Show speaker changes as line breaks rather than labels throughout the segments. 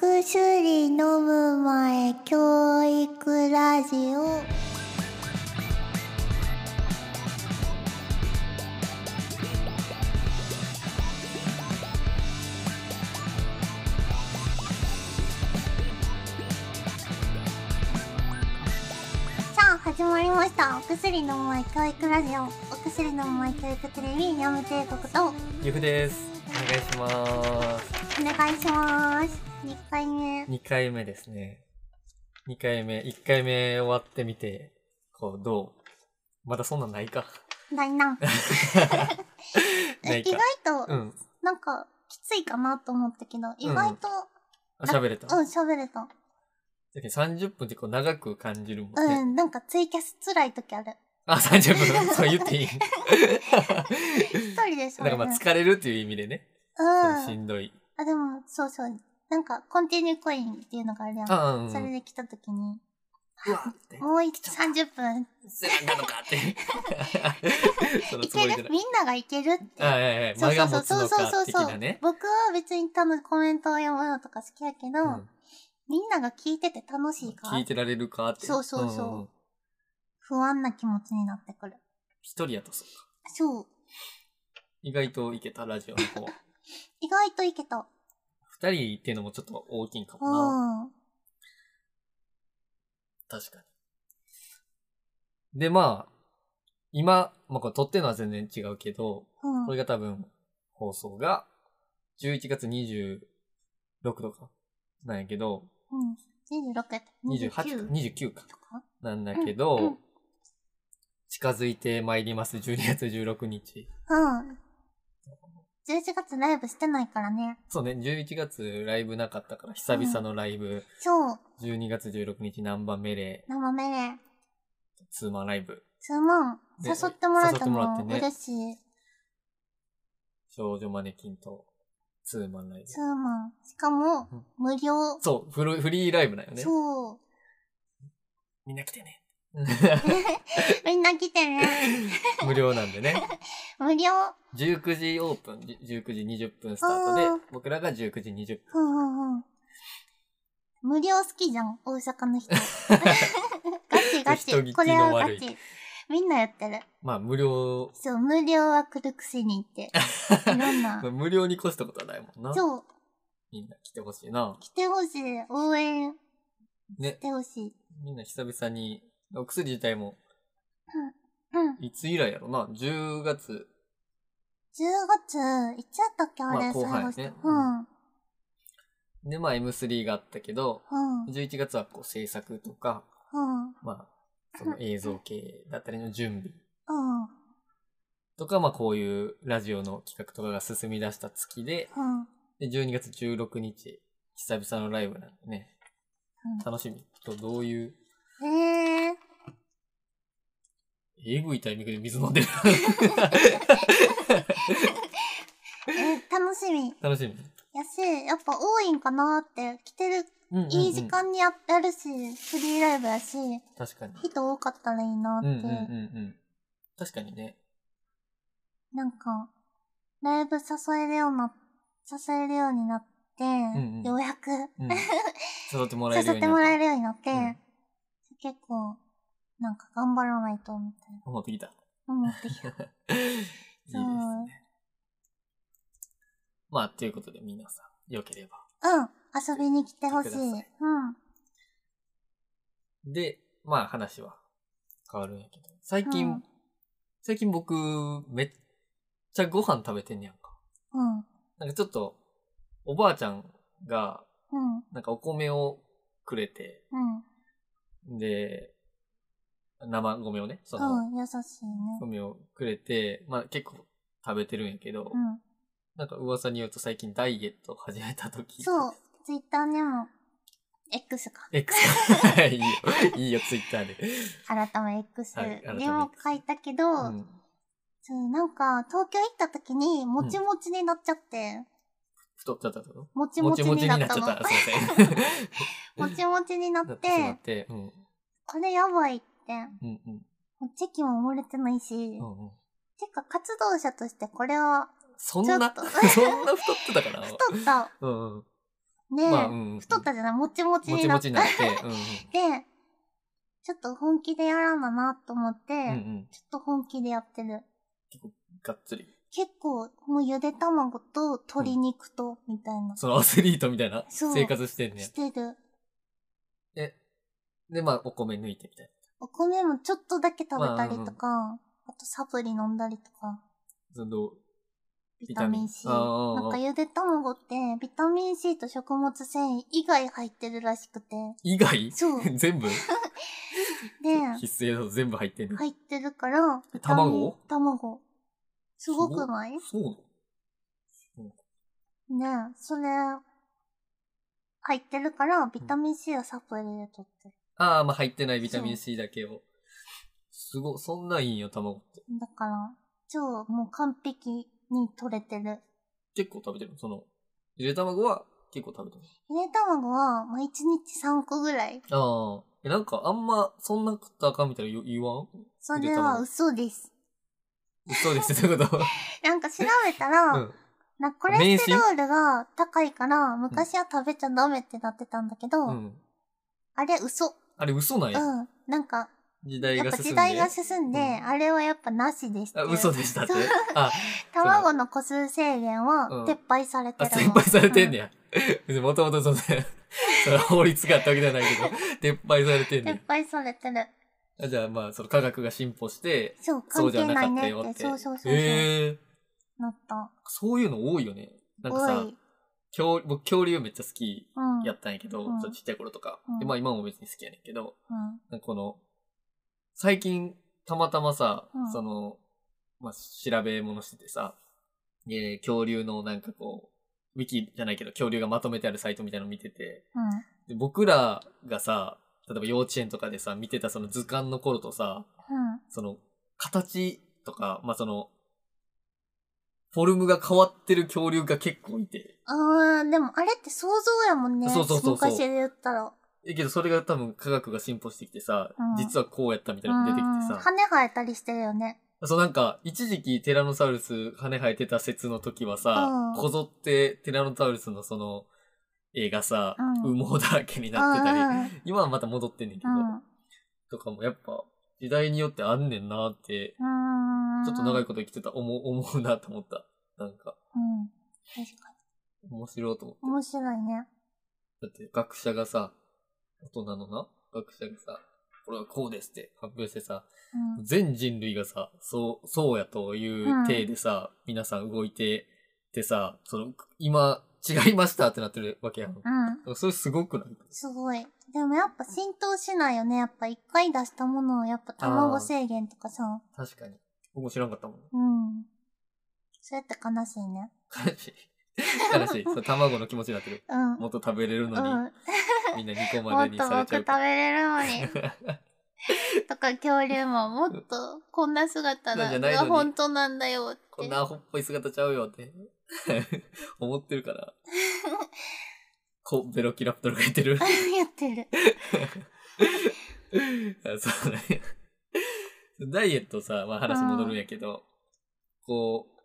薬飲む前教育ラジオさあ始まりましたお薬飲む前教育ラジオお薬飲む前教育テレビニャム帝国とお
ゆふです。お願いします。
願いします2回目
2回目ですね。2回目、1回目終わってみて、こう、どうまだそんなんないか。
第何
な
え
い
意外
か。
と
うん。
なんかきついかなと思ったけど意外と
あ、喋れた。
うん喋れた
だけど30分ってこう長く感じるもんね。
うんなんかツイキャス辛い時ある
あ、30分。 そう言っていい。
一人でそ
なん
れ
かまあ疲れるっていう意味でね。
うん
しんどい。
あ、でも、そうそう。なんか、コンティニューコインっていうのがあるやん。
あ、うん。
それで来た時に、
うわって。
もう一30分
せなのかって。 その
い
つも
け
りじゃ
る
ない。
みんながいけるって。
あ、はいはいはい。間が持つのか的なね。
僕は別に多分コメントを読むのとか好きやけど、
うん
みんなが聞いてて楽しいか
聞
ら
いてられるかって。
そうそうそうん
んん
不安な気持ちになってくる。
一人やとそうか。
そう。
意外といけた、ラジオの 方は。
意外といけた。
二人っていうのもちょっと大きいんか
う
もな。
ん。
確かに。で、まあ、今、まあこれ撮ってるのは全然違うけど、
うん。
これが多分、放送が、11月26とか、なんやけど、
うん。26やった。
28か、
29
29か、
とか
なんだけど、
うんうん
近づいてまいります、12月16日。
うん。11月ライブしてないからね。
そうね、11月ライブなかったから、久々のライブ、
そう。
12月16日ナンバーメレ
生めれ。
ー、ツーマンライブ、
すまん。
ね
誘ってもらえた
誘ってもらっ
の
てね
嬉しい。
少女マネキンと、ツーマンライブ
ツ。ーマン。しかも
うん、
無料。
そう、フルフリーライブだよね。
そう。
みんな来てね。
みんな来てね。
無料なんでね。
無料。
19時オープン、じ19時20分スタート
あー
で、僕らが19時20
ふんふんふん。無料好きじゃん、大阪の 人。ガチガ
人
チ。
聞きの
これはガ
悪
チ。みんなやってる。
まあ、無料、
そう、無料は来るくせにって。 いろんな
まあ。無料に越したことはないもんな。
そう、
みんな来てほしいな。
来てほしい。応援
ね
し、てほしい。
みんな久々に、お薬自体も、
うん。10
いつ以来やろな。10月、
月、いつやったっけあ
ま
れ、
あ後半やね
最後し
う
うん。
で、まあ M3 があったけど、
うん。
11月はこう制作とか、
うん。
まあ、その映像系だったりの準備
うん。
とか、まあこういうラジオの企画とかが進み出した月で、
うん。
で、12月16日、久々のライブなんでね、
うん
楽しみ。と、どういう、
へえ。
えぐいタイミングで水飲んでる。
え、楽しみ。
楽しみ。
やし、やっぱ多いんかなって、来てる、
うんうんうん
いい時。間にややるし、フリーライブやし、
確かに。
人多かったらいいなっ
うん
て。
うんうんうん。確かにね。
なんか、ライブ誘えるような、誘えるようになって、
んうん
ようやく、
うん、誘ってもらえるよう
誘っ
に
て
な
もらえ
る。
るようになって、
うん
結構、なんか頑張らないと、みたいな。
思ってきた。い
思ってきた。
いです
そう
ね。まあ、ということで皆さん、良ければ。
うん。遊びに来てほしい。
来て
う
く
ん
だ。さいで、まあ話は変わるんやけど。最近、
うん
最近僕、めっちゃご飯食べてんねやんか。
うん。
なんかちょっと、おばあちゃんが、
うん。
なんかお米をくれて、
うん。
で、生米をね、その、
うん。優しいね。
米をくれて、まあ結構食べてるんやけど、
うん。
なんか噂によると最近ダイエットを始めた時。
そう。。ツイッターにも、X か。
X。いい よ、いいよ、ツイッターで。
改め X
はい改め
でも書いたけど、
うん。
そうなんか、東京行った時に、もちもちになっちゃって、
太っちゃったってこと
もち
も
も
ち
ち
も
に
ちに
な
なっ
っ
ちゃ
たの。
った。すいません。
もちもちになっ、
なってしまってて、うん。
これやばいって。
うんうん。
もうチェキも漏れてないし、
うんうん、
てか活動者 としてこれは、
そんな、
ちょ っ
そん
と
な太ってたかな
太った
うんうん。
ねえ、
まあうんうん
太ったじゃないもちもち
も
に
ち
な
も
っ
ち
て
になって、うんうん
で、ちょっと本気でやらんだなと思って、
うんうん、
ちょっと本気でやってる。
がっつり。
結構、もうゆで卵と鶏肉と、みたいな、
そのアスリートみたいな
そう
生活してるね
し。てる。
え、で、まあ、お米抜いてみたいな。
お米もちょっとだけ食べたりとか、
ま
あとサプリ飲んだりとか、
その
ビタミン
ビタミン
C。
あー
なんかゆで卵って、ビタミン C と食物繊維以外入ってるらしくて。
以外
そう
全部
で、
必須栄養素全部入ってる。
入ってるから、
え卵
ビタミン卵。すごくない
そうなの
ねえ、それ、入ってるから、ビタミン C はサプリで取ってる。
ああ、まあ入ってないビタミン C だけを。すごい、そんなんいいんよ、卵って。
だから、超もう完璧に取れてる。
結構食べてるのその、ゆで卵は結構食べてる。
ゆで卵は、まあ、1日3個ぐらい。
ああ。え、なんかあんま、そんな食ったらあかんみたいな言言わん
それは嘘です。
嘘ですってこと
なんか調べたら、
うん。
なコレステロールが高いから、昔は食べちゃダメってなってたんだけど、
うん。
あれ嘘。
あれ嘘なん
う
や。
ん。なんか、
時代
やっ
が
ぱ
進
時
んで。
代が進んで、
うん
あれはやっぱなしでし
あ
た。
嘘でしたって。あ、
卵の個数制限は
うん
撤廃されて
あ、
るの。
先輩されてんねや。別にもともとその、 その法律があったわけじゃないけど、撤廃されてん
うん撤
ね
廃されてる。
や。あじゃあまあ、その科学が進歩して、
そう、
そ
関
うじゃ
係
な
な
か
い
った
ね
よ
っ。
ってて。
そうそうそうそう。
へえ
なった。
そういうの多いよね。なんか
お
さ、
い。
恐僕恐竜めっちゃ好き
うん。
やったんやけど、
うん
ちょっとちっちゃい頃とか。
うん
でまあ今も別に好きやねんけど、
うん。
なんかこの、最近たまたまさ、
うん
その、まあ調べ物しててさ、で恐竜のなんかこう、ウィキじゃないけど恐竜がまとめてあるサイトみたいなの見てて、
うん。
で僕らがさ、例えば幼稚園とかでさ、見てたその図鑑の頃とさ、
うん。
その、形とか、まあ、その、フォルムが変わってる恐竜が結構いて。
あー、でもあれって想像やもんね。
そうそうそうそう
昔で言ったら。
え、けどそれが多分科学が進歩してきてさ、
うん
実はこうやったみたい
うん
なのが出て
羽
きてさ、
生えたりしてるよね。
そうなんか、一時期ティラノサウルス羽生えてた説の時はさ、
うん
こぞってティラノサウルスのその、絵がさ、
うん
羽毛だらけに
う
なってたり、
んうん。
今はまた戻ってんねんけど、とかもやっぱ、時代によってあんねんなって、
うん。
ちょっと長い
く。
こと生きてた、思う、思うなと思った。なんか、
うん。確か
面白いと思って。
に。面白いね。
だって学者がさ、大人のな、学者がさ、これはこうですって発表してさ、
うん。
全人類がさ、そう、そうやという体でさ、皆さん動いててさ、その、今、違いましたってなってるわけやん。だか
うん。
らそれすごくない
すごい。でもやっぱ浸透しないよね。やっぱ一回出したものをやっぱ卵制限とかさ。
確かに。僕も知らんかったもん。
うん。そうやって悲しいね。
悲しい。悲 しい。その卵の気持ちになってる。
うん。
もっと食べれるのに、
うん。
みんな2個
も
ま
っ
でに
と
され
僕
ちゃう
食
から。
べれる のに。とか恐竜ももっとこんな姿
なんじ
だ
ゃない
が
のに
本当なんだよって。
こんなアホっぽい姿ちゃうよって思ってるから。こベロキラプトルがいてる。
やってる。
あそうだね。ダイエットさ、まあ話戻るんやけど、こう、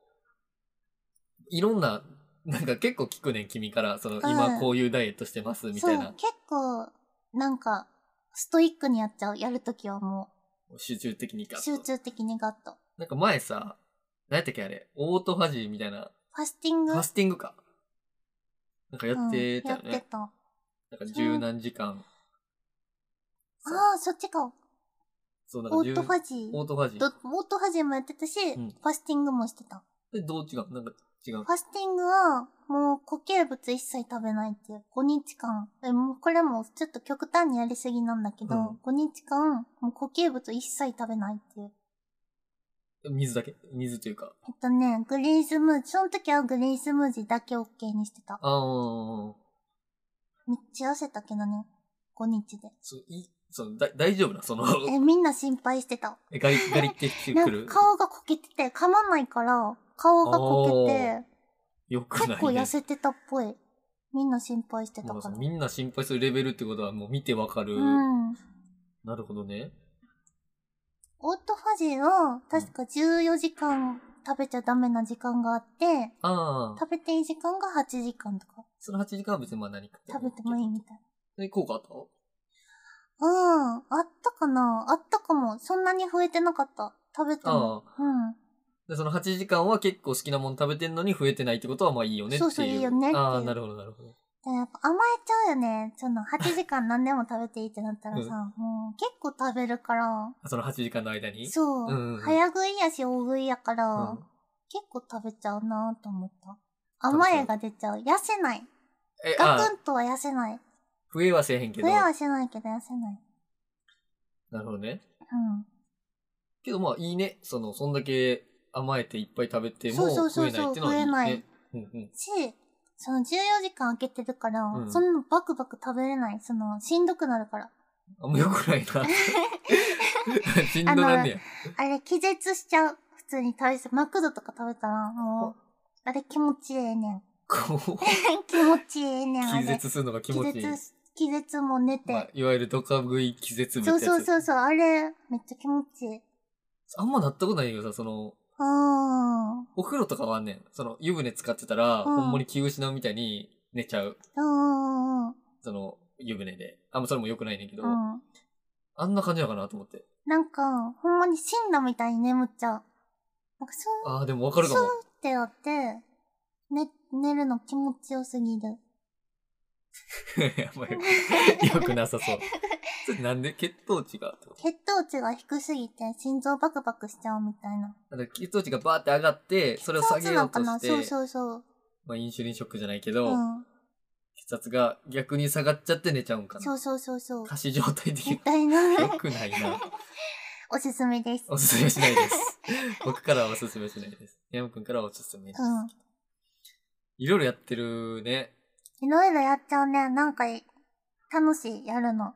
いろんな、なんか結構聞くねん、君から、その、
うん
今こういうダイエットしてます、み
そ、
たいうな。
結構、なんか、ストイックにやっちゃう。やるときはも
集中的に
う、
か。
集中的にガッと。
なんか前さ、何やったっけあれ、オートファジーみたいな、
ファスティング
ファスティングか。なんかやって
うん
たよ
やっ
ね
て。た。あ
なんか十何時間。
あー、そっちか。
そう、なんか
オートフ
ジ
ァジー
ー。オートファジ
ど
ー。
オートファジーもやってたし、
うん
ファスティングもしてた。
で、どう違うなんか違う
フ。ァスティングは、もう固形物一切食べないっていう、5日間。え、もうこれもちょっと極端にやりすぎなんだけど、
うん
5日間、もう固形物一切食べないっていう。
水だけ水というか。
えっとね、グリーンスムージー、その時はグリーンスムージーだけ OK にしてた。
ああ、
めっちゃ痩せたけどね、5日で。
そう、い、そう、だ、大丈夫なその、
え、みんな心配してた。
えガリ、ガリってきて
な
く
ん
る
か。顔がこけてて、噛まないから、顔がこけて、
よくない、ね。
結構痩せてたっぽい。みんな心配してた
も
か
うそ
ら
の。みんな心配するレベルってことはもう見てわかる。
うん。
なるほどね。
オートファジーは、確か14時間食べちゃダメな時間があって、
ああ、
食べていい時間が8時間とか。
その8時間は別にまあ何か。
食べてもいいみたい。
え、効果あった
うん。あったかなあったかも。そんなに増えてなかった。食べても。うん。
で、その8時間は結構好きなもの食べてんのに増えてないってことはまあいいよねっていう。
そうそういいよねっていう
ああ、なるほど、なるほど。
でもやっぱ甘えちゃうよね。その8時間何でも食べていいってなったらさ、
うん
もう結構食べるから、
その8時間の間に。
そう、
うんうん
早食いやし大食いやから、
うん
結構食べちゃうなと思った。
食べちゃう
甘えが出ちゃう。痩せない。
え、あ
ガクンとは痩せない。
増えはせえへんけ
増
ど。
えは
な
しないけど痩せない。
るほどね。
うん。
けどまあいいね。その、そんだけ甘えていっぱい食べて
そう
も
そうそ
増
う
えない
そ
っ
う
てのはいい
増えない
ね。うんうん。
し、その14時間空けてるから、
うん
そんなバクバク食べれない。その、しんどくなるから。
あんま良くないな。 しんどなんねや。
あれ、気絶しちゃう。普通に食べて、マクドとか食べたら、もう、あれ気持ちええねん。
こう、
気持ちええねん、あれ。
気絶するのが気持ちいい
気。絶、気絶も寝て。
まあ、いわゆるドカ食い気絶みたい
そう
なやつ。
そうそうそう、あれ、めっちゃ気持ちいい。う
あんまなったことないけどさ、その、
ーん。う
お風呂とかはあんねん。その、湯船使ってたら、
うん
ほんまに気失うみたいに寝ちゃう。
ーん。
その、湯船で。あんまそれも良くないねんけど、
うん。
あんな感じなのかなと思って。
なんか、ほんまに死んだみたいに眠っちゃう。なんか、スー
ああ、でもわかるかも。
ってやって、ね、寝るの気持ちよすぎる。
やばい。良くなさ そう。それなんで血糖値がってこと
血糖値が低すぎて心臓バクバクしちゃうみたいな。
だから血糖値がバーって上がって、それを下げようと
なの
し
そう
て、
そうそう。
まあインシュリンショックじゃないけ
う
ど、
ん。
血圧が逆に下がっちゃって寝ちゃうんか
そ
な。
うそうそうそう。
過死状態的
み
に。
たいな。
良くない な。
おすすめです。
おすすめしないです。僕からはおすすめしないです。山くんからはおすすめです。
うん。
いろいろやってるね。
いろいろやっちゃうね。なんかい、楽しい、やるの。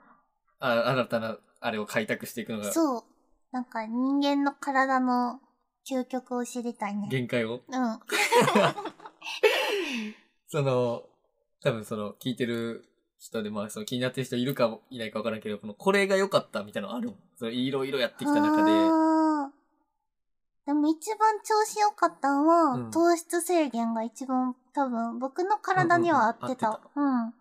あ新たな、あれを開拓していくのが、
そう。なんか人間の体の究極を知りたいね。
限界を。
うん。
その、多分その、聞いてる人で、まあ、その気になってる人いるかいないかわからんけど、この、これが良かったみたいなのあるもんそれ、いろいろやってきた中で、
あーでも一番調子良かったのは、
うん
糖質制限が一番多分僕の体には合って
うんうん
た。うん。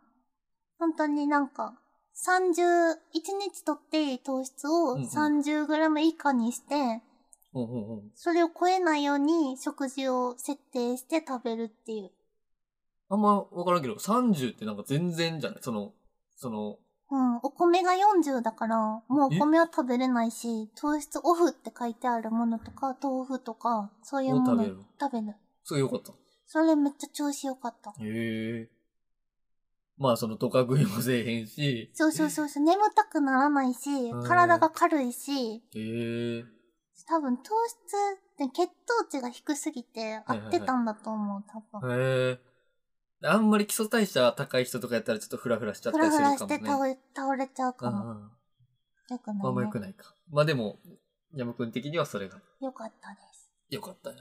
本当になんか、30、1日取っていい糖質を
うんうん
30g 以下にして、
うんうんうん。
それを超えないように食事を設定して食べるっていう。
あんまわからんけど、30ってなんか全然じゃないその、その、
うん、お米が40だから、もうお
え
米は食べれないし、糖質オフって書いてあるものとか、豆腐とか、そういうも
を
の
食べる
食べる。
すごい良かった。
それめっちゃ調子良かった。
へえ。まあ、その、とか食いもせえへんし、
そうそうそうそう、眠たくならないし
う、ん
体が軽いし、
へえ。
多分糖質って血糖値が低すぎて合
はいはい
ってたんだと思う、多分。
へえ。あんまり基礎代謝高い人とかやったらちょっとフラフラしちゃっ
ふ
たり
ら
す
ふ
るかも
ら
ね。
して倒れ、倒れちゃうか
う
も。
んうん
よく
あんま
な
良
い、
く
ね。
ないか。まあでも、山くん的にはそれが
よかったです。
良かったよ。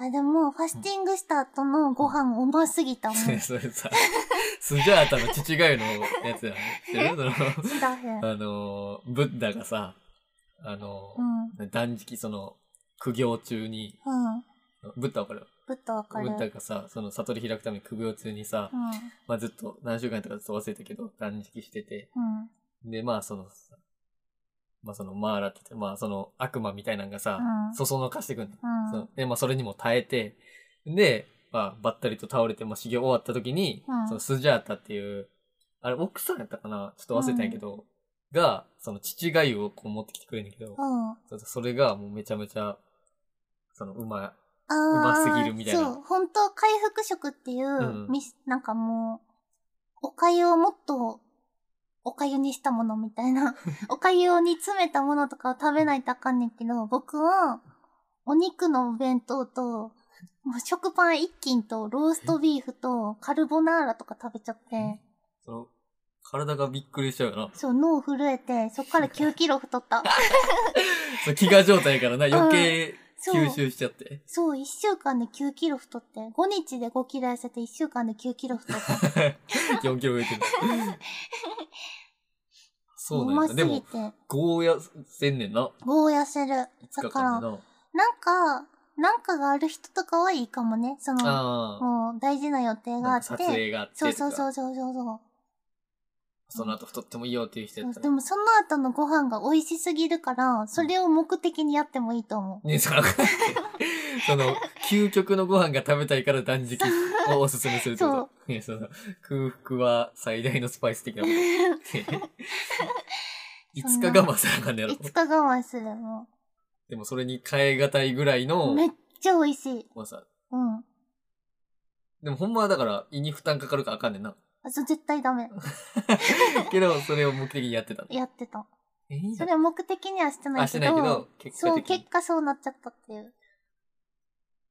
あ、でも、ファスティングした後のご飯うますぎたもん。
それそれさ、スジャータの父がいのやつやね。その、
知らへん。
あの、ブッダがさ、あの
う、ん。
断食、その、苦行中に、
うん。
ブッダわかる
ぶっとわ
ブ
かる。
ッダがさ、その悟り開くために苦行中にさ
う、ん。
まあずっと何週間とかずっと忘れたけど、断食してて、
うん。
で、まあその、まあその、マーラって言って、まあその悪魔みたいなのがさ、
うん
そそのかしてくんの。
うん。
そうで、まあ、それにも耐えて、で、まあ、ばったりと倒れて、まあ、修行終わった時に、
うん
そのスジャータっていう、あれ、奥さんやったかなちょっと忘れたんやけど、が、その、父がゆをこう持ってきてくれるんだけど、
うん。
そうそれがもうめちゃめちゃ、その、うま
ああ
うま
ー。
すぎるみたいな
そう。本当回復食っていうう、
ん
みなんかもう、お粥をもっと、お粥にしたものみたい な。お粥に詰めたものとかを食べないとあかんねんけど、僕は、お肉のお弁当と、もう食パン一斤と、ローストビーフと、カルボナーラとか食べちゃって、
その、体がびっくりしちゃうよな。
そう、脳震えて、そっから9キロ太 った。
そう飢餓状態やからな、余計
そう
吸収しちゃって。
そう、1週間で9キロ太って、5日で5キロ痩せて1週間で9キロ太った。
4キロ増えてる。 そう
う
なん
ま
や。
す
で
ぎ
も、
て、
ゴーヤせんねんな。
棒痩せる。
5
だ
日
から、な
間で
ん
な。
か、なんかがある人とかはいいかもね。その、
ああ。
もう大事な予定があ
なんか
っ
撮
て。
影があってと
そう
か。
そうそうそうそうそう。
その後太ってもいいよっていう人やった
で
ら。
もその後のご飯が美味しすぎるから、それを目的にやってもいいと思
ね、その、 その、究極のご飯が食べたいから断食 をおすすめするってこ
そ
と。ね、その、空腹は最大のス パイス的なこ と。
う。
いつか我慢せなあかんねやろ
い。つか我慢するも
でもそれに変え難いぐらいうの、
めっちゃ美味しい。
まあさ、
うん。
でもほんまはだから胃に負担かかるからあかんねんな。
あ、そう絶対ダメ。
けど、それを目的にやってたの。
やってた。
えいいじ
そ
ゃん
れは目的にはしてな
あ、
い
し
け
てないけど
ど、、
結果
そう、
的に
結果そうなっちゃったっていう。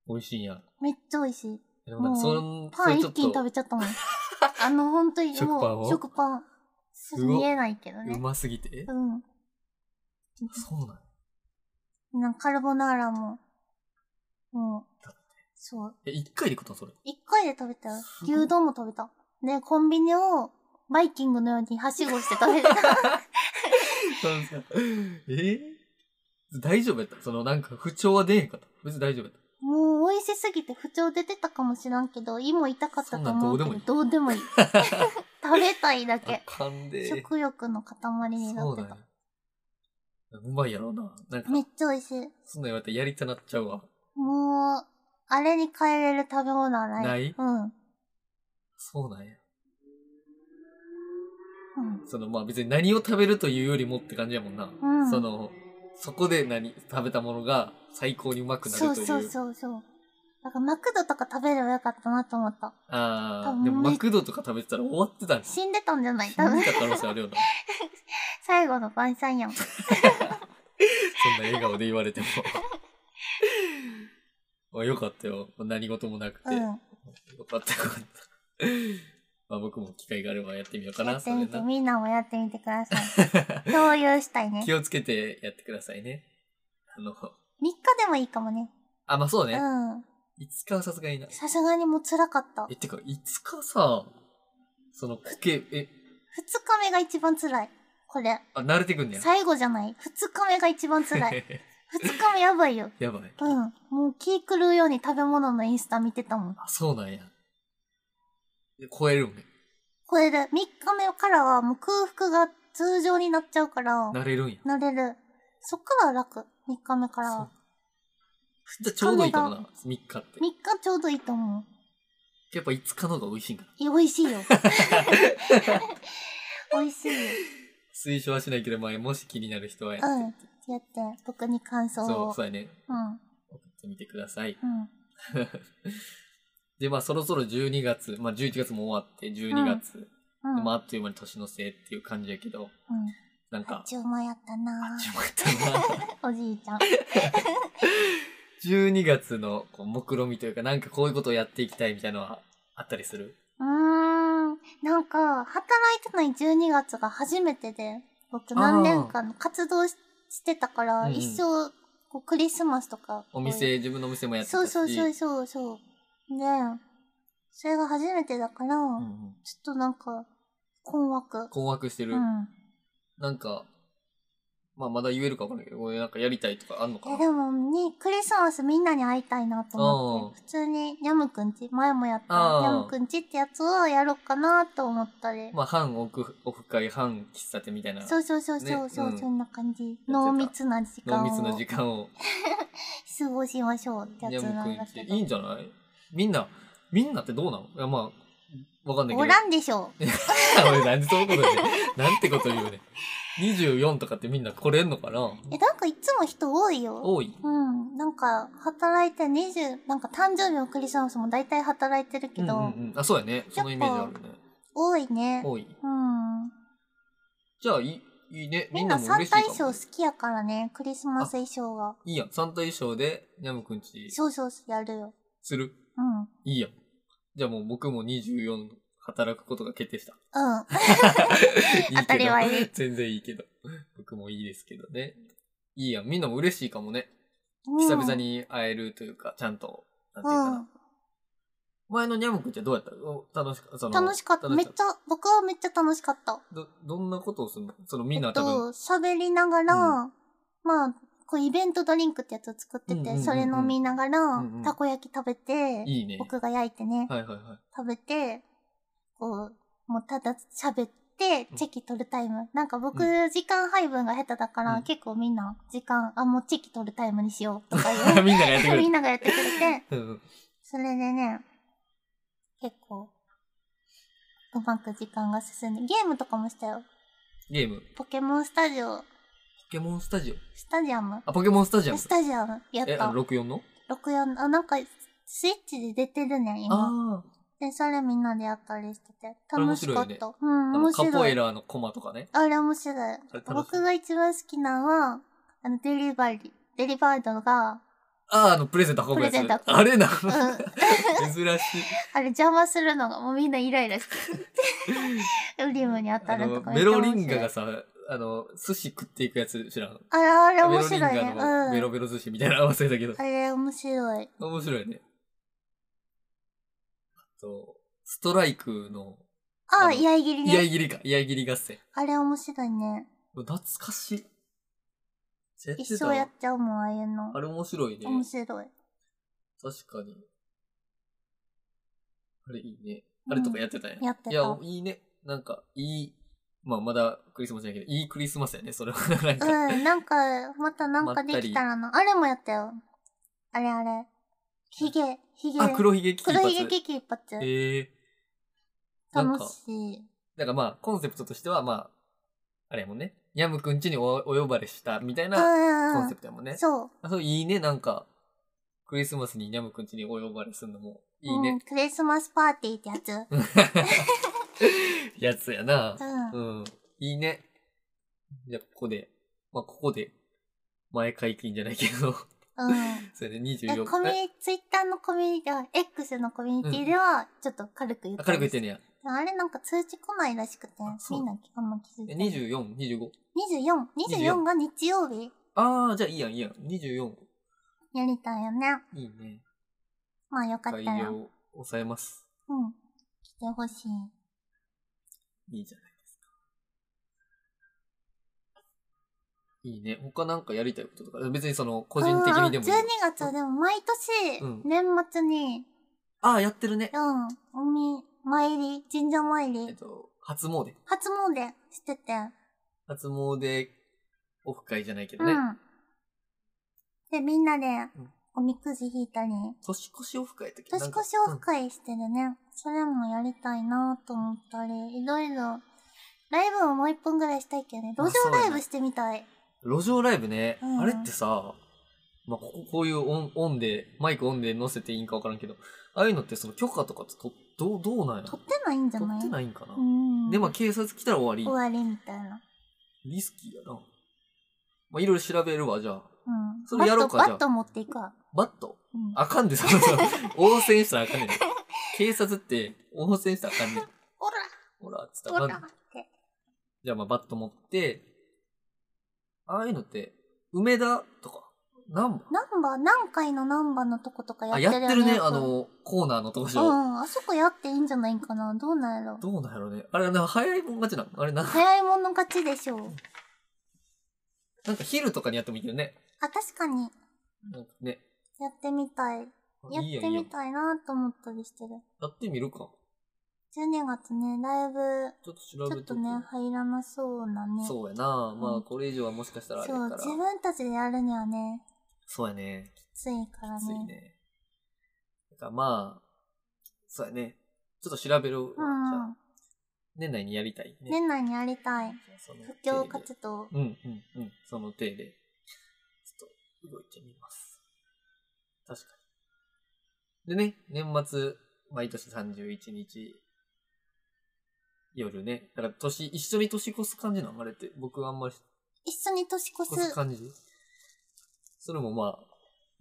美味しいんや。
めっちゃ美味しい。
でもなんか
も
そうの、そ
パ
れ
ン
ちょ
一
っ
気に食
と、
べちゃったもん。あの、本当に
食パン
も
を
う、食パン。
す
見
ご
え
い。
ないけど
う
ね。
ますぎて。
うん。
そうなん
なんかカルボナーラも、もう
だっ、
そう。
え、一回で食ったのそれ。
一回で食べたよ
す。ごい
牛丼も食べた。で、コンビニをバイキングのようにはしごして食べて た。
そうですか。え大丈夫やったそのなんか不調は出えへんかった別に大丈夫やっ
もう美味しすぎて不調出てたかもしらんけど、胃も痛かったと思うけど
そんなん、
どうで もいい。食べたいだ
たあ
け。
かんで。
食欲の塊にな
そう
って
だね
た。。
うまいやろうな。なんか
め、っちゃ美味しい。
そんなん言われたらやりたなっちゃうわ。
もう、あれに変えれる食べ物はない。
ない
うん。うん。
そうなんや。そのまあ別に何を食べるというよりもって感じやもんな。
うん
その、そこで何、食べたものが最高にうまくなる
そ
というう。
そうそうそう。だからマクドとか食べればよかったなと思った。多
ああ、
分
でも
めっ
マクドとか食べてたら終わってたんです。
死んでたんじゃない
死
多
ん
分
で。た可能性あるよ な。
最後の晩餐やん。
そんな笑顔で言われても。 まあよかったよ。何事もなくて。
う
よ
ん。
かったよ かった。まあ僕も機会があればやってみようか
や
な、
っ
そ
て
れ
みて、
な。
みんなもやってみてください。 共有したいね。3
気をつけてやってくださいね。あの、
日でもいいかもね。
あ、まあそう
う
ね。
ん。
いつかはさすがにな。
さすがにもう辛かった。2
え、てか、いつかさ、その、かけ、え、
日目が一番辛い。これ。
あ、慣れてくんねや。
最後じゃない。2日目が一番辛い。2日目やばいよ。
やばい。
うん。もう気狂うように食べ物のインスタ見てたもん。
あ、そうなんや。で超えるんね。
これで3日目からはもう空腹が通常になっちゃうから、
慣れるんや。
慣れる。そっからは楽。3日目から
そ
は
う。じゃあちょうどいいかも
二
な、3日って
3。日ちょうどいいと思う。
やっぱ5日の方が美味しいんかな。
いや美味しいよ。 美味しいよ。
推奨はしないけど、まあ、もし気になる人 はやって、
うん。やって、僕に感想
そう、
を。
そうやね。
うん。うん。
送ってみてください。で、まあ、そろそろ12月、まあ、11月も終わって、12月、
うん。
まあ、あっという間に年のせいっていう感じやけど、
うん。
なん
あっ
か、
ちゅう間やった
あ
な
っちゅう間やった な。
おじいちゃん。
12月のこう目論みというか、なんかこういうことをやっていきたいみたいなのはあったりする
うーん。なんか、働いてない12月が初めてで、僕何年間活動ししてたから、
うんうん
一生、こうクリスマスとか。
お店、自分のお店もやってたし。
そうそうそうそうそう。で、それが初めてだから、
うんうん
ちょっとなんか、困惑。
困惑してる。
うん。
なんか、まあ、まだ言えるかわかんないけど、これなんかやりたいとかあんの
い
か
や
な
でもに、クリスマスみんなに会いたいなと思って、普通に、ニャムくんち、前もやった、ニ
あー
ャムくんちってやつをやろうかなと思ったり。
まあ、反オフオフ会、反喫茶店みたいな。
そうそうそうそう、
ね
そう
うん
そんな感じ。
た
濃密な時間
濃
を
密な時間を。
過ごしましょうって
ニ
やつ
ャ
な
ム
ん
くん
だ
ち。
け
いいん
ど。
じゃないみんな、みんなってどうなのいや、まあ、わかんないけ
お
ど。
らんでしょう。
俺、なんでそういうことで、なんてこと言うね。24とかってみんな来れんのかな
え、なんかいつも人多いよ。
多い
うん。なんか、働いて20、なんか誕生日もクリスマスも大体働いてるけど、
うんうんうん、あ、そうやね。そのイメージあるね。
多いね。
多い。
うん。
じゃあ、いい、いいね。み
み
ん
ん
な
な
も
サ
嬉
ン
しい
タ
か
衣
も
装好。きやからね、クリスマス衣装が。
いいやん。サンタ衣装で、ニャムくんち、
そうそうそう、やるよ。
する。
うん。うん。
いいやん。じゃあもう僕も24、働くことが決定した。いいけど
当たり前に。
全然いいけど。僕もいいですけどね。いいやん。みんなも嬉しいかもね。
うん
久々。に会えるというか、ちゃんと、なんていうかな。
う
前のニャムくんちはどうやったお楽しかそ
ん。
の
楽しかった。めっちゃ、僕はめっちゃ楽しかった。
ど、どんなことをするのそのみん
え
な
っ
多分、
と、喋りながら、
う
まあ、こうイベントドリンクってやつを作ってて、
うんうんうんうん
それ飲みながら、
んうん
たこ焼き食べて、
いいね。
僕が焼いてね、
はいはいは
食べて、こう、もうただ喋って、チェキ取るタイム。なんか僕、時間配分が下手だから、
うん
結構みんな、時間、あ、もうチェキ取るタイムにしよう、とか
い。 みんながやって く
言う。
れ
み
る
ん。ながやってくれて、
うんうん
それでね、結構、うまく時間が進んで、ゲームとかもしたよ。
ゲーム。ポ
ポケモンスタジオ、
ケモンスタジオ。
スタジアム
あ、ポケモンスタジアム
ス。タジアムやっ
え、あ
た。
の、64の
64、あ、なんか、スイッチで出てるねん、今。
あ
で、それみんなでやったりしてて。
あれ
楽
面
しか
白
っ
いね
た。うん、
あ。あ
面
の、カポ
白
エ
い。
ラーのコマとかね。
あれ面白い
あれ。楽しい
僕が一番好きなのは、あの、デリバリー、デリバードが、
ああ、あの、プレゼント運ぶやつ。
プレゼント運ぶ
あれな。
うん、あ
珍しい。
れ邪魔するのがもうみんなイライラ して。ウリムに当た
あ
る
の
と、かめ
メ
っちゃ
ロ
面白
リ
い
ンガがさ、あの、寿司食っていくやつ知らん。
あれ、あれ面
メロ
白い
リ
ね
ン。
う
ガのベロ
ん。
ベロ寿司みたいなの忘れたけど
あ。れ面白い。
面白いね。あと、ストライクの、あ
あ、
の
居合切り
居合
ね。
切りか、居合切り合戦。
あれ面白いね。
懐かしい。やってた
一生やっちゃうもん、ああいうの。
あれ面白いね。
面白い。
確かに。あれいいね。あれとかやってたね。
やってた
いや、いいね。なんか、いい、まあまだクリスマスじゃないけど、いいクリスマスやね、それは。 なんか、
うん、なんか、またなんかできたらな。あれもやったよ。あれあれ。ひげ、ひげ。
あ、黒ひげ危機一
黒
発。
ひげ危機一発。
ええなん
楽
か、
しい。
なんかまあ、コンセプトとしては、まあ、あれやもんね。ヤムくん家におお呼ばれした、みたいうなコ
ん
ン
う
セ
ん
プトやもんね。
そう。
あ、そう、いいね、なんか、クリスマスにヤムくん家にお呼ばれするのも、いい
うん、
ね。
クリスマスパーティーってやつ。うん。
やつやな。うん。いいね。じゃあ、ここで、まあ、ここで、前解禁じゃないけど、
うん。
それで
え、
24
コミ
日。
ュニ、ツイッターのコミュニティ、あ X のコミュニティでは、ちょっと軽く言っ
あ
た。
軽く言ってんねや。
でもあれなんか通知来ないらしくて、
あそう
みんなあんま気づいて
え
ない。
24、25。
24、24が日曜日
ああ、じゃあいいやん、いいやん。24。
やりたいよね。
いいね。
まあよかった
概
ら。
要
うん。
を抑えます。
来てほしい。
いいじゃないですか。いいね。他なんかやりたいこととか、別にその、個人的にでもいい
うん
よ
12。月はでも毎年
うん、
年末に、
ああ、やってるね。
うん、おみ、参り、神社参
えっ
り、
と、初詣。
初詣してて、
初詣、オフ会じゃないけど
う
ね。
ん。で、みんなで
ん、
おみくじ引いたり、
年越しオフ会って
年越しオフ会してるね。それもやりたいなと思ったり、いろいろ、ライブももう一本ぐらいしたいけどね、
あ
路上
そうや
ラ
ね
イブしてみたい。
路上ライブね、
うん
あれってさ、まあ、こここういうオンオンで、マイクオンで載せていいんかわからんけど、ああいうのってその許可とかってとどう、どうなんや
撮ってないんじゃ
取
ない
ってないんかな、
うん。
で、まあ、警察来たら終
終
わ
わりみたいな。
り。リスキーやな。まあ、いろいろ調べるわ、じゃあ。
うん。
それやろうか
バッ
じゃ
トバッ
あ
ト持っていくわ。
バット
うん。
あかんで、その、そ の応戦したらあかんねん。警察って、応戦したらあかん
お
ねん。
ら
ほら、つったら、
お
ま
ら
あ
って。
じゃあ、まあ、バット持って、ああいうのって、梅田とか、なん
ナンバー、何回のナンバーのとことかやって
あ、
る
や
よね。
ってるね、
よく
あ、の、コーナーのとこでし
う
ょ。
ん、あそこやっていいんじゃないんかな。どうなんやろ。
どうなんやろうね。あれ、なんか早いもん勝ちなのあれな、
早い者勝ちでしょう。
なんか昼とかにやってもいいけどね。
あ、確かに、
なんかね。
やってみたい。
あ
やっ
いいや
て
んいいや
み
ん
たいなと思ったりしてる。
やってみるか。
12月ね、ライブ、
ちょっと
ち
調べて
ょっとね、入らなそうなね。そう、
そうやな。ま
う
あ、
ん
これ以上はもしかしたらあれやから。
自分たちでやるにはね、
そうやね。
きついから
きつい
ね。
ね。だからまあ、そうやね。ちょっと調べるわ。じ
う
ゃ
ん
あ、年内にやりたいね。
年内にやりたい。
じゃあその
布教
手で
活動。
うんうんうん。その手で、ちょっと動いてみます。確かに。でね、年末、毎年31日、夜ね。だから年、一緒に年越す感じなのあれって。僕あんまり
一緒に年越
越す
す。
感じ。それもまあ、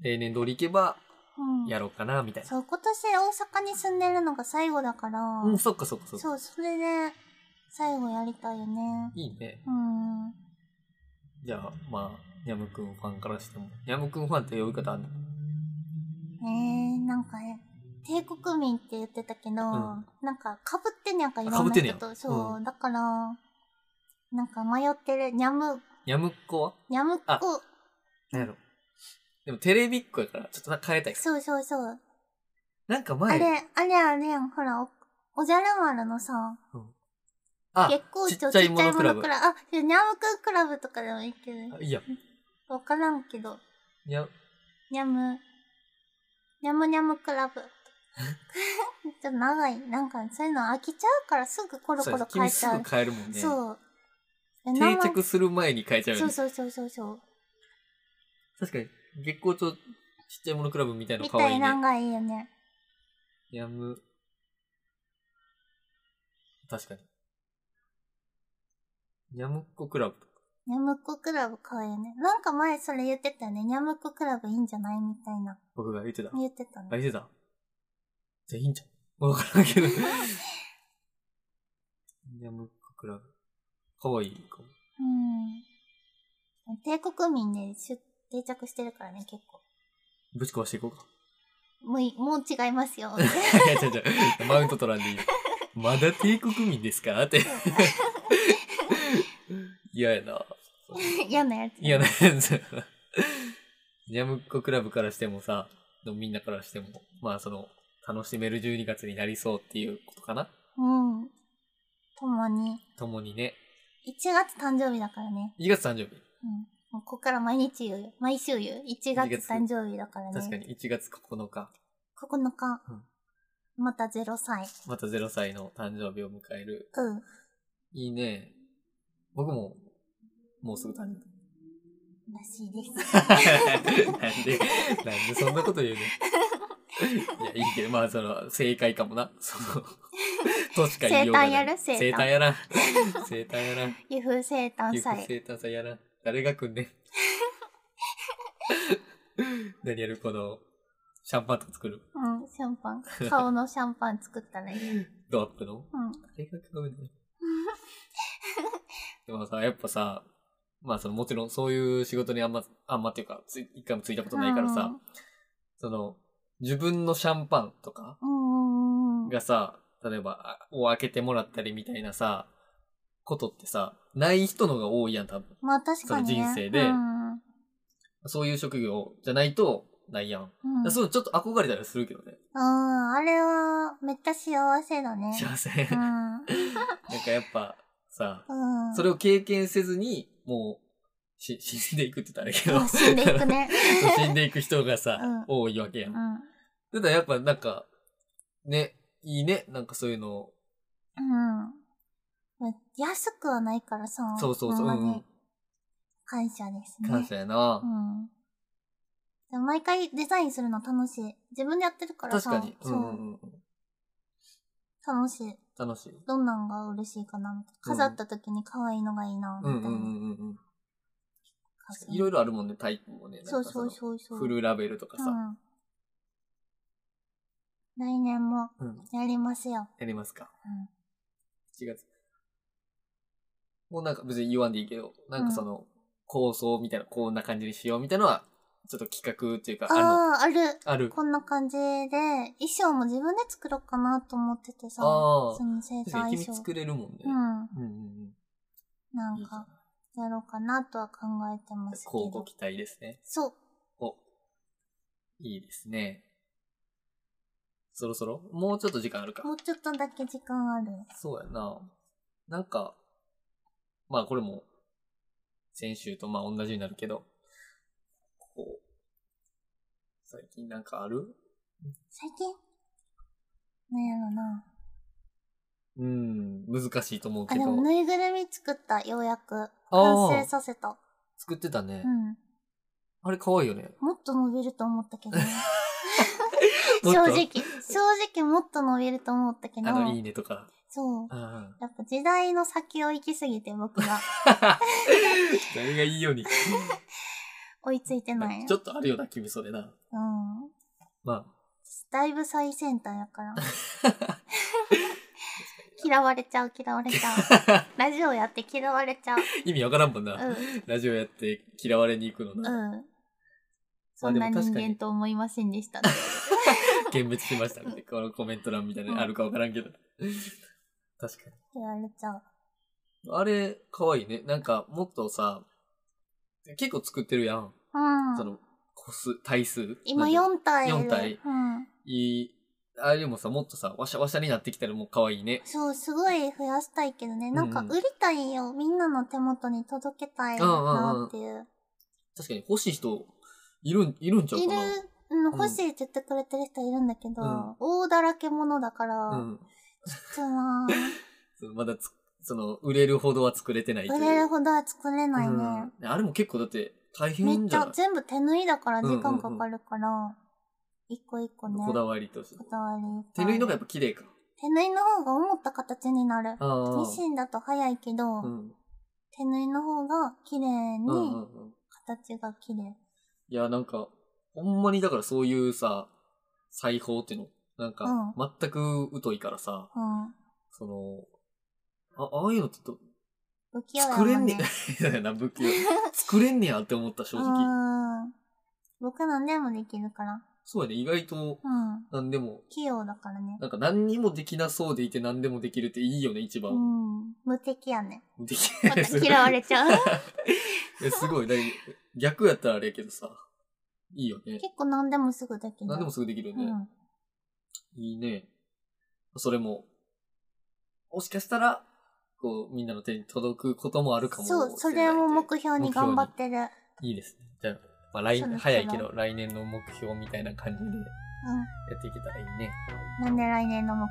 例年通り行けば、
うん。
やろうかな、みたいな。
そう、今年大阪に住んでるのが最後だから、
うん、そっかそっかそっか。
そう、それで、最後やりたいよね。
いいね。
うん。
じゃあ、まあ、ニャムくんファンからしても。ニャムくんファンって呼び方あんの
えー、なんかね、帝国民って言ってたけど、なんか、かぶってんやんか、いろん
被っ
な
てんね
人
や
と。そう、
う
だから、なんか迷ってる、にゃむ、
ニャムっ子は
にゃむっ
あ
こ、
なんやろ。でもテレビっ子やから、ちょっとなんか変えたいか
そうそうそう。
ら。なんか
あ
前、
れ、あれあれやん、ほら、お、おじゃる丸のさ、
あ、
月光
ち
町
っちゃいものクラ
ちっ
ブ
ちゃ。いものあ、ニャムくんクラブとかでもいいけど、
あいいや。
わからんけど、
いや、
ニャム、ニャムニャムクラ ブ。ちょっと長い。なんか、そういうの飽きちゃうからすぐコロ
そ
コ
うや
ロ変
君
えち
す
ゃ
ぐ
う。
変えるもんね。
そう。え
定着する前に変えちゃうよ
そう
ね。
そうそうそうそう。
確かに、月光町ちっちゃいものクラブみたいなの
み
可
た
愛い
い
ね
な。んがいいよね。
やむ。確かに。やむっこクラブ。
ニャムっこクラブ可愛いよね。なんか前それ言ってたよね。ニャムっこクラブいいんじゃないみたいな。
僕が言ってた。あ、
言ってたね。
言ってた。じゃあいいんじゃん。わからんけど。やむっこクラブ。かわいいかも。
うん。帝国民で出定着してるからね、結構。
ぶち壊していこうか。
もうい、もう違いますよ。
いや、違う違う。マウント取らんでいいよ。まだ帝国民ですかって。嫌やな。
嫌なやつ。
嫌なやつ。ジャムっ子クラブからしてもさ、でもみんなからしても、まあその、楽しめる12月になりそうっていうことかな。
うん。ともに。
共にね。
1月誕生日だからね。
1月誕生
うん。
日。
もうここから毎日言う。毎週言う。1月
1月
誕生日だからね。
確かに1月9日。
9日。
うん
また0歳。
また0歳の誕生日を迎える。
うん。
いいね。僕も、もうすぐ誕生日。
らしいです。
なんで、なんでそんなこと言うね。いや、いいけど、まあ、その、正解かもな。その、としか言いようがない。
生誕やる生誕
生誕やらん。生誕やらん。
ゆふ生誕
ゆっくり
祭。
生誕祭やらん。誰が来ん ねん。何やるこの、シャンパンとか作る。
うん、シャンパン。顔のシャンパン作ったらいい。 うん。
ドアップの誰が買うね ん。でもさ、やっぱさ、まあ、その、もちろんそういう仕事にあんま、あんまっていうか、つい一回もついたことないからさ、
うん
その、自分のシャンパンとか
うん。うん。
がさ、例えば、あを開けてもらったりみたいなさ、ことってさ、ない人の方が多いやん、多分。
まあ確かに、ね。
その人生で
うん。うん
そういう職業じゃないと、ないやん。だからそういうのちょっと憧れたりするけどね。
うん、あれは、めっちゃ幸せだね。
幸せ。
う
なん
ん。
かやっぱ、さ、
うん。
それを経験せずに、もう、し、死んでいくって言ったらあれやけど。
あ死んでいくね。
そう。死んでいく人がさ、
うん
多いわけや ん。
うん。
だからやっぱなんか、ね、いいね。なんかそういうの、
うん。安くはないからさ。
そうそうそう。
ほ
うん
ま
ん
に感謝です
うん、
ね。
感謝やな。
うん。でも毎回デザインするの楽しい。自分でやってるから
確
さ。
かに。う
そ
ん
う
う。んうん。
楽しい。
楽しい。
どんなんが嬉しいかなみたいな。飾った時に可愛いのがいいな、みたい
うんうん
な。
うんうんうん。い
いろ
ろいろあるもんね、タイプもね。
そう
なんか
そう
の
そうそう。
フルラベルとか
う
さ。
ん。来年も
うん。
やりますよ。
やりますか。
うん
1月。もうなんか別に言わんでいいけど、なんかその、構想みたいな、こんな感じにしようみたいなのは、ちょっと企画っていうか、あ
ああー、ある。
の、ある。
こんな感じで、衣装も自分で作ろうかなと思っててさ。
あー
その生
確
産
かに
衣装。
君作れるもんね。
うん。
うんうん
な
うん。い
ん
いじゃん
か、やろうかなとは考えてますけ
こうご
ど。
期待ですね。
そう。
お。いいですね。そろそろもうちょっと時間あるか
も。うちょっとだけ時間ある。
そうやな。なんか、まあこれも、先週とまあ同じになるけど、こう、最近なんかある
最近なんやろな。
うん、難しいと思う
あ、
け
で
ど。
もぬいぐるみ作った、ようやく。
あ
完
ー
成させた。
作ってたね。
うん。
あれ可愛いよね。
もっと伸びると思ったけ どね。
も
正
っと
直。正直もっと伸びると思ったけど
あ。の、いいねとか。
そう。
うん。
やっぱ時代の先を行き過ぎて僕が
誰がいいように。
追いついてない。
ちょっとあるよな、君それな。
うん。
ま
だいぶ最先端や から。
あ。
嫌われちゃう、嫌われちゃう。 ラジオやって嫌われちゃう。
意味わからんもんな。
う
ラジオやって嫌われに行くの
ん。
な。
うん。そんな人
に
間と思いませんでしたね。
見別しましたみたいな。このコメント欄みたいなのあるかわからんけど。確か
嫌われちゃう。
に。あれ、可愛いね。なんか、もっとさ、結構作ってるやん。
うん。
その、個数、体数。
今
なん
4
て
体。
四体
うん。
いい。あれもさ、もっとさ、わしゃわしゃになってきたらもう可愛いね。
そう、すごい増やしたいけどね。なんか
うん
売りたいよ。みんなの手元に届けたいなっていう。
確かに欲しい人、いるん、いるんちゃう
い
か
る
な。、
うん、
ん
欲しいって言ってくれてる人いるんだけど、
うん
大だらけ者だから、
うん
ちょっとなぁ
その。まだつ、その、売れるほどは作れてないという
売れるほどは作れないね。
うんあれも結構だって、大
めっ
変
ち
じゃ
ゃ
ない
全部手縫いだから
うんうん
時
うん
間かかるから、一個一個ね。
こだわりとして。
こだわり
手縫いのがやっぱ綺麗か。
手縫いの方が思った形になる。
ああ。
ミシンだと早いけど、
うん。
手縫いの方が綺麗
うんうんう
に
ん。
形が綺麗。
いや、なんか、ほんまにだからそういうさ、裁縫っていうの、なんか
うん、
全く疎いからさ、
うん。
その、あ、ああいうのってど
不器用やも
作
ん、ね。
れんねや。な、不器用。作れんねやって思った、正直。
うん。僕何でもできるから。
そうやね、意外と、
うん。
なんでも、
器用だからね。
なんか何にもできなそうでいて何でもできるっていいよね、一
う
番。
ん。無敵やね。
でき
また嫌われちゃう。
え、すごい。だい逆やったらあれやけどさ。いいよね。
結構何でもすぐできる。
何でもすぐできるよね。
うん。
いいね。それも、もしかしたら、こう、みんなの手に届くこともあるかもしれな
そ、
いうという。
それを目標に頑張ってる。
いいですね。じゃあ、まあ、来
そろそろ
早いけど、来年の目標みたいな感じで
う
やっていけたらいいね。
ん。なんで来年の目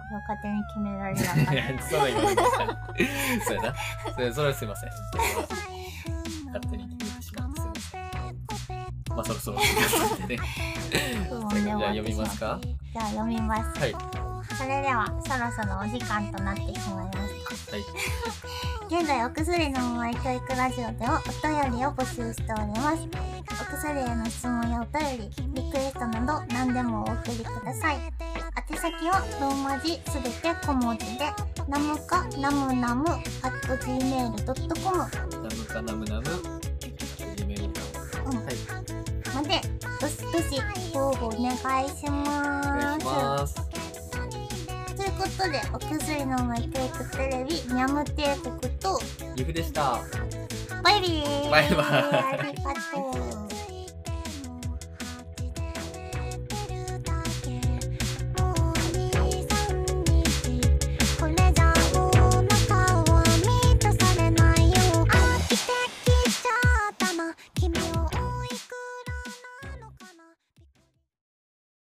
標勝手に決められなかっ
そうだ、今のそうやな。それそれはすいません。それは勝手に決めてしまってすいません。まあ、そろそろ時間なんでね。
た。不
じ
穏で終
ゃあ読
わって
み
しまう
ますか
じゃあ読みます。
はい。
それでは、そろそろお時間となってしまいます。
はい。
現在お薬のうまい教育ラジオではお便りを募集しておりますお薬への質問やお便りリクエストなど何でもお送りください宛先はローマ字すべて小文字でナムカナムナム at gmail.com
ナムカナムナム。夢見た
うん
はい。
までどしどしご応募お願いし
お
ま
願
す
いします。
ということでお薬のうまい教育テレビニャム帝国と
ゆふでした。
バイビー
バイバイ
ありがとう